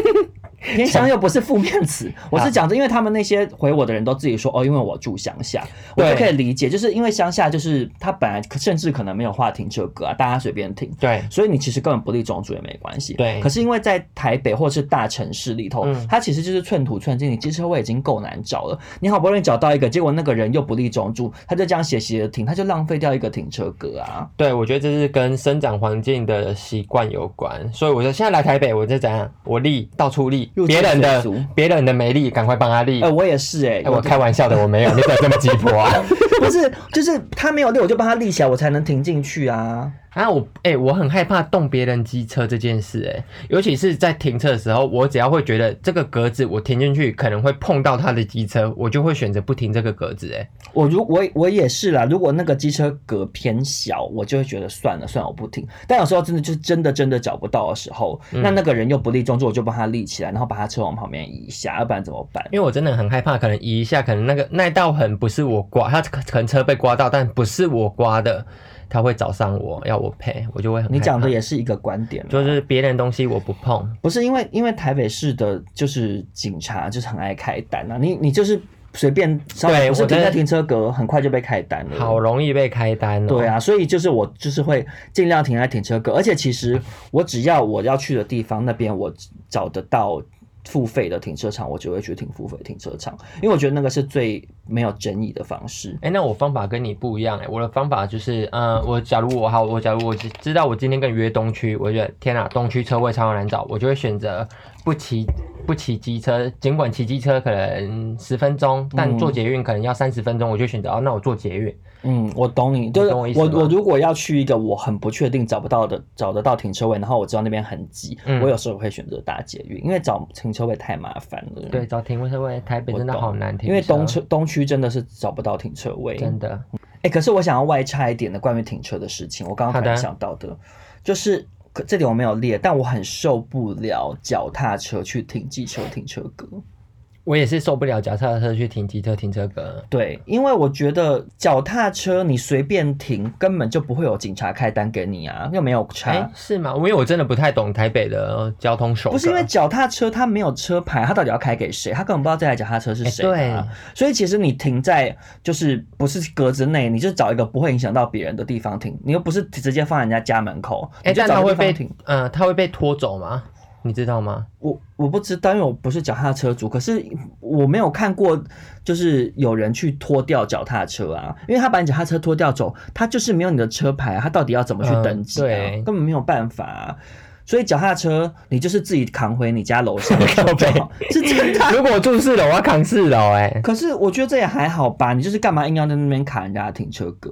偏乡又不是负面词，我
啊
是讲的，因为他们那些回我的人都自己说哦，因为我住乡下，我就
对
可以理解，就是因为乡下就是他本来甚至可能没有划停车格啊，大家随便停，
对，
所以你其实根本不立种族也没关系。
对
可是因为在台北或是大城市里头，
嗯
它其实就是寸土寸金，你机车位已经够难找了，你好不容易找到一个，结果那个人又不立种族，他就这样斜斜的停，他就浪费掉一个停车格啊。
对，我觉得这是跟生长环境的习惯有关，所以我说现在来台北，我就怎样，我立到处立，
入
别
境
人
随
的
俗
别人的美丽，赶快帮他立。
哎、我也是哎、
哎我
的
开玩笑的，我没有，你不要这么鸡婆啊！
不是，就是他没有立，我就帮他立起来，我才能停进去啊。
啊，我哎、我很害怕动别人机车这件事、哎，尤其是在停车的时候，我只要会觉得这个格子我停进去可能会碰到他的机车，我就会选择不停这个格子、哎，
我如我我也是啦，如果那个机车格偏小，我就会觉得算了算了，我不停。但有时候真的就是真的真的找不到的时候，那
嗯
那个人又不立中柱，我就帮他立起来，然后把他车往旁边移一下，要不然怎么办？
因为我真的很害怕，可能移一下，可能那个那一道痕不是我刮，他可可能车被刮到，但不是我刮的，他会找上我要我赔，我就会很害怕。
你讲的也是一个观点啦，
就是别人东西我不碰，
不是因为因为台北市的就是警察就是很爱开单啊，你你就是随便稍微
对
不是
我
停
真
在
的
停车格，很快就被开单了。
好容易被开单哦。
对啊，所以就是我就是会尽量停在停车格，而且其实我只要我要去的地方那边我找得到付费的停车场，我就会去停付费停车场，因为我觉得那个是最没有争议的方式。
哎、那我方法跟你不一样哎、我的方法就是，嗯、我假如我好，我假如我知知道我今天跟你约东区，我觉得天啊，东区车位超难找，我就会选择不骑不骑机车，尽管骑机车可能十分钟，但坐捷运可能要三十分钟，我就选择哦，那我坐捷运。
嗯，我懂你，就是
懂
我
我意思
我
吗
如果要去一个我很不确定找不到的找得到停车位，然后我知道那边很挤，
嗯
我有时候会选择搭捷运，因为找停车位太麻烦了。
对，，找停车位，台北真的好难停
因为东
车
车东区真的是找不到停车位，
真的，
哎、可是我想要外插一点的关于停车的事情，我刚刚
好
突
的
然想到的，就是可这点我没有列，但我很受不了脚踏车去停机车停车格。
我也是受不了脚踏车去停机车停车格。
对，因为我觉得脚踏车你随便停，根本就不会有警察开单给你啊，又没有差。
哎、是吗？因为我真的不太懂台北的交通守则。
不是因为脚踏车它没有车牌，它到底要开给谁？他根本不知道这台脚踏车
哎
是谁、啊所以其实你停在就是不是格子内，你就找一个不会影响到别人的地方停，你又不是直接放在人家家门口，
哎、
你就
但
找
它
个
会
地方
被
停。，
嗯、它会被拖走吗？你知道 吗？
我我不知道，因为我不是脚踏车主，可是我没有看过，就是有人去拖掉脚踏车啊，因为他把你脚踏车拖掉走，他就是没有你的车牌啊、他到底要怎么去登记、啊
嗯对
根本没有办法、啊。所以脚踏车你就是自己扛回你家楼下就好，是真的。
如果我住四楼，我要扛四楼、哎，
可是我觉得这也还好吧，你就是干嘛硬要在那边卡人家的停车格？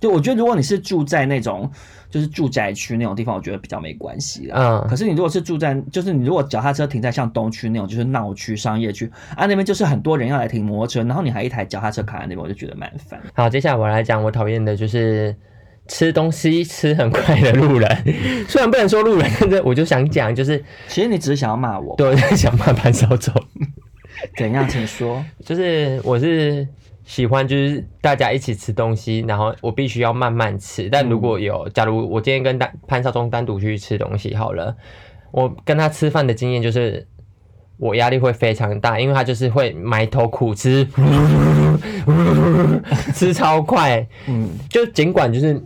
就我觉得如果你是住在那种就是住宅区那种地方，我觉得比较没关系啦。
嗯
可是你如果是住在，就是你如果脚踏车停在像东区那种就是闹区、商业区啊，那边就是很多人要来停摩托车，然后你还一台脚踏车卡在那边，我就觉得蛮烦。
好，接下来我来讲我讨厌的就是吃东西吃很快的路人。 虽然不能说路人，但是我就想讲，就是
其实你只是想要骂我，
对我在想慢慢烧走，
怎样？请说。
就是我是。喜欢就是大家一起吃东西，然后我必须要慢慢吃。但如果有，假如我今天跟单潘少忠单独去吃东西好了，我跟他吃饭的经验就是，我压力会非常大，因为他就是会埋头苦吃， 吃超快，
嗯，
就尽管就是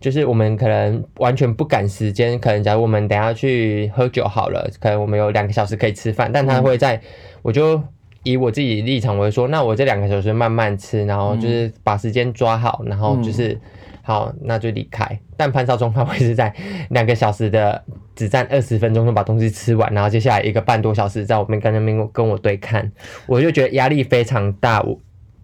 就是我们可能完全不赶时间，可能假如我们等一下去喝酒好了，可能我们有两个小时可以吃饭，但他会在、我就。以我自己立场，我会说，那我这两个小时慢慢吃，然后就是把时间抓好，然后就是、
嗯
好，那就离开。但潘少忠他会是在两个小时的只占二十分钟就把东西吃完，然后接下来一个半多小时在我们跟那边跟我对看，我就觉得压力非常大。我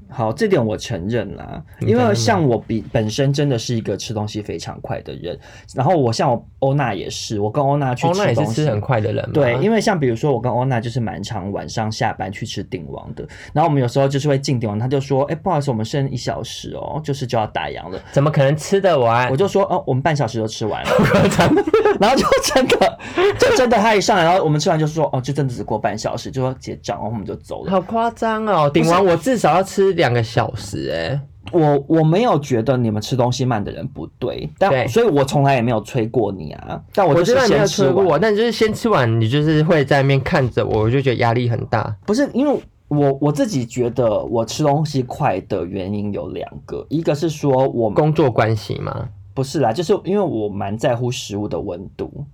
好，这点我承认啦，
你
因
承认吗
为像我比本身真的是一个吃东西非常快的人，然后我像我欧娜也是，我跟欧娜去
哦，那也
吃
是
东西，
吃很快的人嘛，
对，因为像比如说我跟欧娜就是蛮常晚上下班去吃鼎王的，然后我们有时候就是会进鼎王，他就说，哎、不好意思，我们剩一小时哦，就是就要打烊了，
怎么可能吃得完？
我就说，哦，我们半小时就吃 完了，
夸张，
然后就真的就真的他一上来，然后我们吃完就说，哦，就真的只过半小时，就说结账，然后我们就走了。
好夸张哦！顶完我至少要吃两个小时哎、
我我没有觉得你们吃东西慢的人不对，但
对
所以我从来也没有催过你啊。但我
我
就
知
是
道你没
先
有
吃
吃
完，
过，但就是先吃完，你就是会在那边看着我，我就觉得压力很大。
不是因为我我自己觉得我吃东西快的原因有两个，一个是说我
工作关系嘛，
不是啦，就是因为我蛮在乎食物的温度。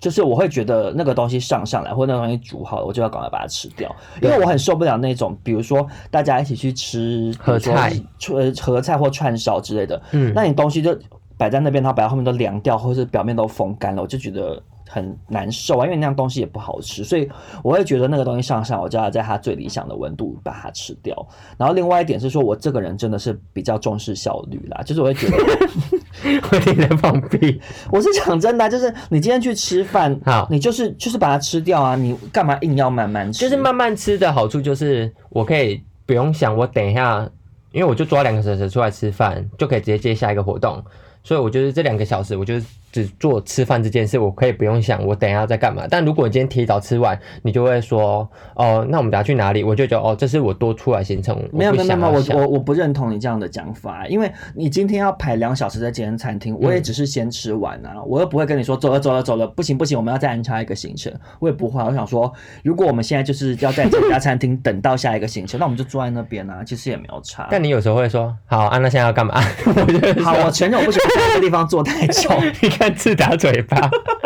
就是我会觉得那个东西上上来，或者那个东西煮好了，我就要赶快把它吃掉，因为我很受不了那种，比如说大家一起去吃
合菜、
呃合菜或串烧之类的，
嗯
那你东西就摆在那边，然后摆到后面都凉掉，或者是表面都风干了，我就觉得很难受啊，因为那样东西也不好吃，所以我会觉得那个东西上上，我就要在它最理想的温度把它吃掉。然后另外一点是说，我这个人真的是比较重视效率啦，就是我会觉得
我听在放屁。
我是讲真的啊、就是你今天去 吃饭，
好
你就是就是把它吃掉啊，你干嘛硬要慢慢吃？
就是慢慢吃的好处就是，我可以不用想，我等一下，因为我就抓两个小时出来吃饭，就可以直接接下一个活动。所以我就是这两个小时，我就是只做吃饭这件事，我可以不用想我等一下在干嘛。但如果你今天提早吃完，你就会说，哦，那我们等一下去哪里？我就觉得，哦，这是我多出来行程，
没有
我不
没有没
想
有，
要
我
想
我我不认同你这样的讲法，啊因为你今天要排两小时在这间餐
嗯
厅，我也只是先吃完啊，我又不会跟你说走了走了走了，不行不行，我们要再安插一个行程，我也不会啊。我想说，如果我们现在就是要在这家餐厅等到下一个行程，那我们就坐在那边啊，其实也没有差。
但你有时候会说，好，啊，那现在要干嘛？我就会说
好，我承认我不喜欢在这个地方坐太久，
你看自打嘴巴，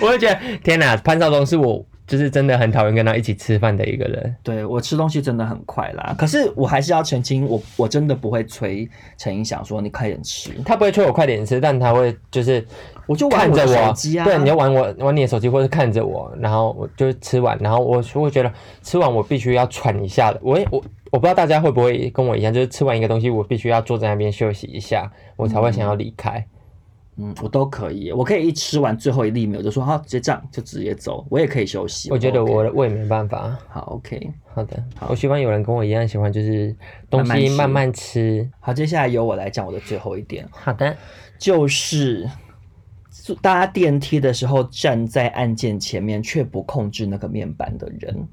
我会觉得天哪，潘少忠是我就是真的很讨厌跟他一起吃饭的一个人。
对我吃东西真的很快啦。可是我还是要澄清，我我真的不会催陈英想说你快点吃，
他不会催我快点吃，但他会就是
我就玩
看
我
着
的
我，
手机啊，
对，你要玩我玩你的手机，或是看着我，然后我就吃完，然后我我会觉得吃完我必须要喘一下了。我也我我不知道大家会不会跟我一样，就是吃完一个东西，我必须要坐在那边休息一下，我才会想要离开。
嗯，我都可以耶，我可以一吃完最后一粒米，我就说好，直接这样就直接走，我也可以休息。
我觉得
OK
我的胃没办法。
好 OK，
好的，我希望有人跟我一样喜欢，就是东
慢慢
西
吃
慢慢吃。
好，接下来由我来讲我的最后一点，
好的，
就是搭电梯的时候站在按键前面却不控制那个面板的人，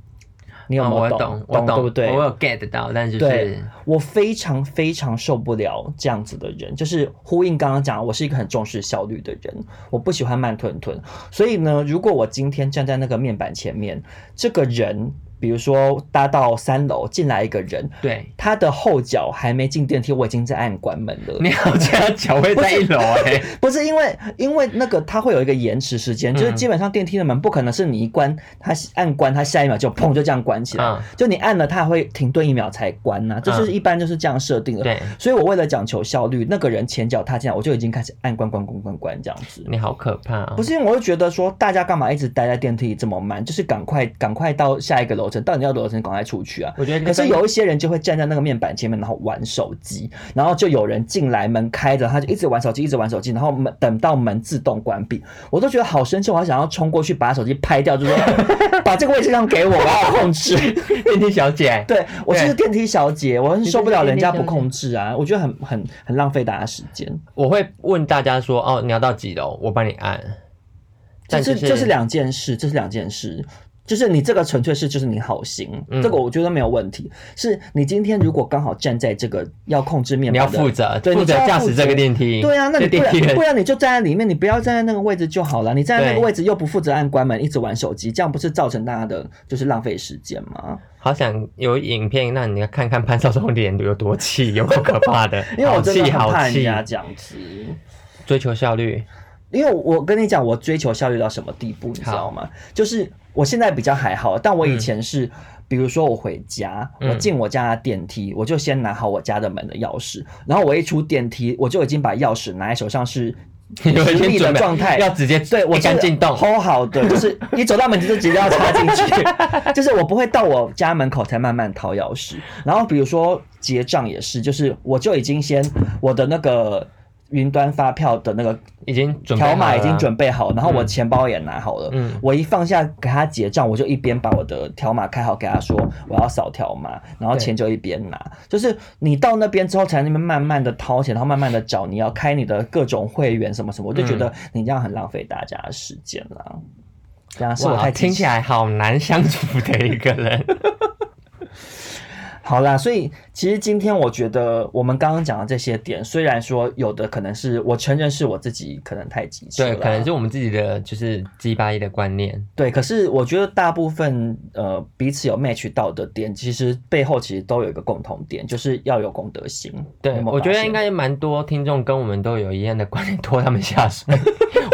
你有
哦
没
我
有
懂，我
懂对不对？
我有 get 到，但就
对
是
我非常非常受不了这样子的人，就是呼应刚刚讲，我是一个很重视效率的人，我不喜欢慢吞吞。所以呢，如果我今天站在那个面板前面，这个人，比如说搭到三楼进来一个人，
对，
他的后脚还没进电梯，我已经在按关门了。
你好像脚会在一楼哎、
不是因为，因为那个它会有一个延迟时间，就是
嗯
基本上电梯的门不可能是你一关，它按关，它下一秒就砰就这样关起来，
嗯
就你按了它还会停顿一秒才关呐、这是一般就是这样设定的。
对
所以我为了讲求效率，那个人前脚踏进来，我就已经开始按关关关关关这样子。
你好可怕、哦
不是因为我就觉得说，大家干嘛一直待在电梯里这么慢？就是赶快赶快到下一个楼层，到你要的楼层赶快出去啊！
我觉得
可
那
是
个
有一些人就会站在那个面板前面，然后玩手机，然后就有人进来门开着，他就一直玩手机，一直玩手机，然后门等到门自动关闭，我都觉得好生气，我好想要冲过去把手机拍掉，就说 把这个位置让给我，我要控制。
电梯小姐，
对我就是电梯小姐，我很受不了人家
你就是电梯
不
小姐
控制啊，我觉得很很很浪费大家时间。
我会问大家说，哦，你要到几楼，我帮你按。
这
但
是
就是
这是两件事，这是两件事。就是你这个纯粹是就是你好心，
嗯
这个我觉得没有问题。是你今天如果刚好站在这个要控制面
你
板
要
的，
负责，
对，
负
你就
责
要
驾
负
驶这个电梯。
对啊，那
这
你不
电梯
然
人
不然你就站在里面，你不要站在那个位置就好了。你站在那个
对
位置又不负责按关门，一直玩手机，这样不是造成大家的就是浪费时间吗？
好想有影片让你看看潘少忠脸有多气，有多可怕的
，因为我
好
真的
气
很怕
好
人
气，
家这样子。
追求效率。
因为我跟你讲，我追求效率到什么地步，你知道吗？就是我现在比较还好，但我以前是，比如说我回家，
嗯
我进我家的电梯，我就先拿好我家的门的钥匙，然后我一出电梯，我就已经把钥匙拿在手上是
你有
直
一
立
些
的
准备
状态，
要直接
对我
一杆进洞。
好好的，就是你走到门就直接要插进去，就是我不会到我家门口才慢慢掏钥匙。然后比如说结账也是，就是我就已经先我的那个云端发票的那个
已经准备
条
好
码
了
已经准备好，然后我钱包也拿好了。
嗯
我一放下给他结账，我就一边把我的条码开好，给他说我要扫条码，然后钱就一边拿。就是你到那边之后，才那边慢慢的掏钱，然后慢慢的找你要开你的各种会员什么什么，我就觉
嗯
得你这样很浪费大家的时间啦。这样是我
哇，
太
听起来好难相处的一个 人。
好啦，所以其实今天我觉得我们刚刚讲的这些点，虽然说有的可能是我承认是我自己可能太急切
对，
了，啊
可能是我们自己的就是鸡巴一的观念。
对，可是我觉得大部分呃彼此有 match 到的点，其实背后其实都有一个共同点，就是要有公德心。
对
你有，没有
我觉
发
得
现
应该蛮多听众跟我们都有一样的观念，拖他们下水。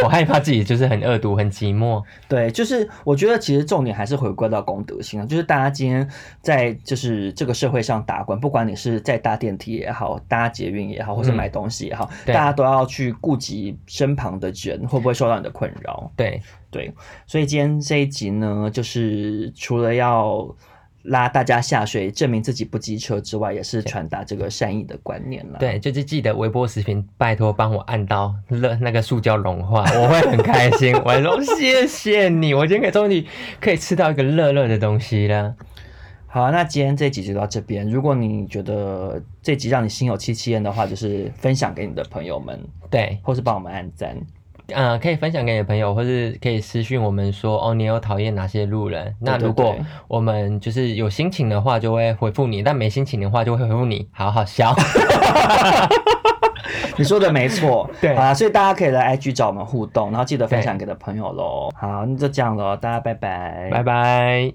我害怕自己就是很恶毒、很寂寞。
对，就是我觉得其实重点还是回归到公德心啊，就是大家今天在就是这个社会上打滚，不管你是在搭电梯也好，搭捷运也好，或是买东西也好，
嗯对
大家都要去顾及身旁的人会不会受到你的困扰。
对，
对，所以今天这一集呢，就是除了要。拉大家下水，证明自己不机车之外，也是传达这个善意的观念啦。
对，就是记得微波食品，拜托帮我按到那那个塑胶融化，我会很开心。我会说谢谢你，我今天可以终于可以吃到一个热热的东西了。
好啊、那今天这集就到这边。如果你觉得这集让你心有戚戚焉的话，就是分享给你的朋友们，
对，
或是帮我们按赞。
呃，可以分享给你的朋友，或是可以私讯我们说，哦，你有讨厌哪些路人？那
对
如果
对
我们就是有心情的话，就会回复你；但没心情的话，就会回复你。好好 笑，
你说的没错，
对
啊，所以大家可以来 IG 找我们互动，然后记得分
对
享给你的朋友喽。好，那就这样喽，大家拜拜，
拜拜。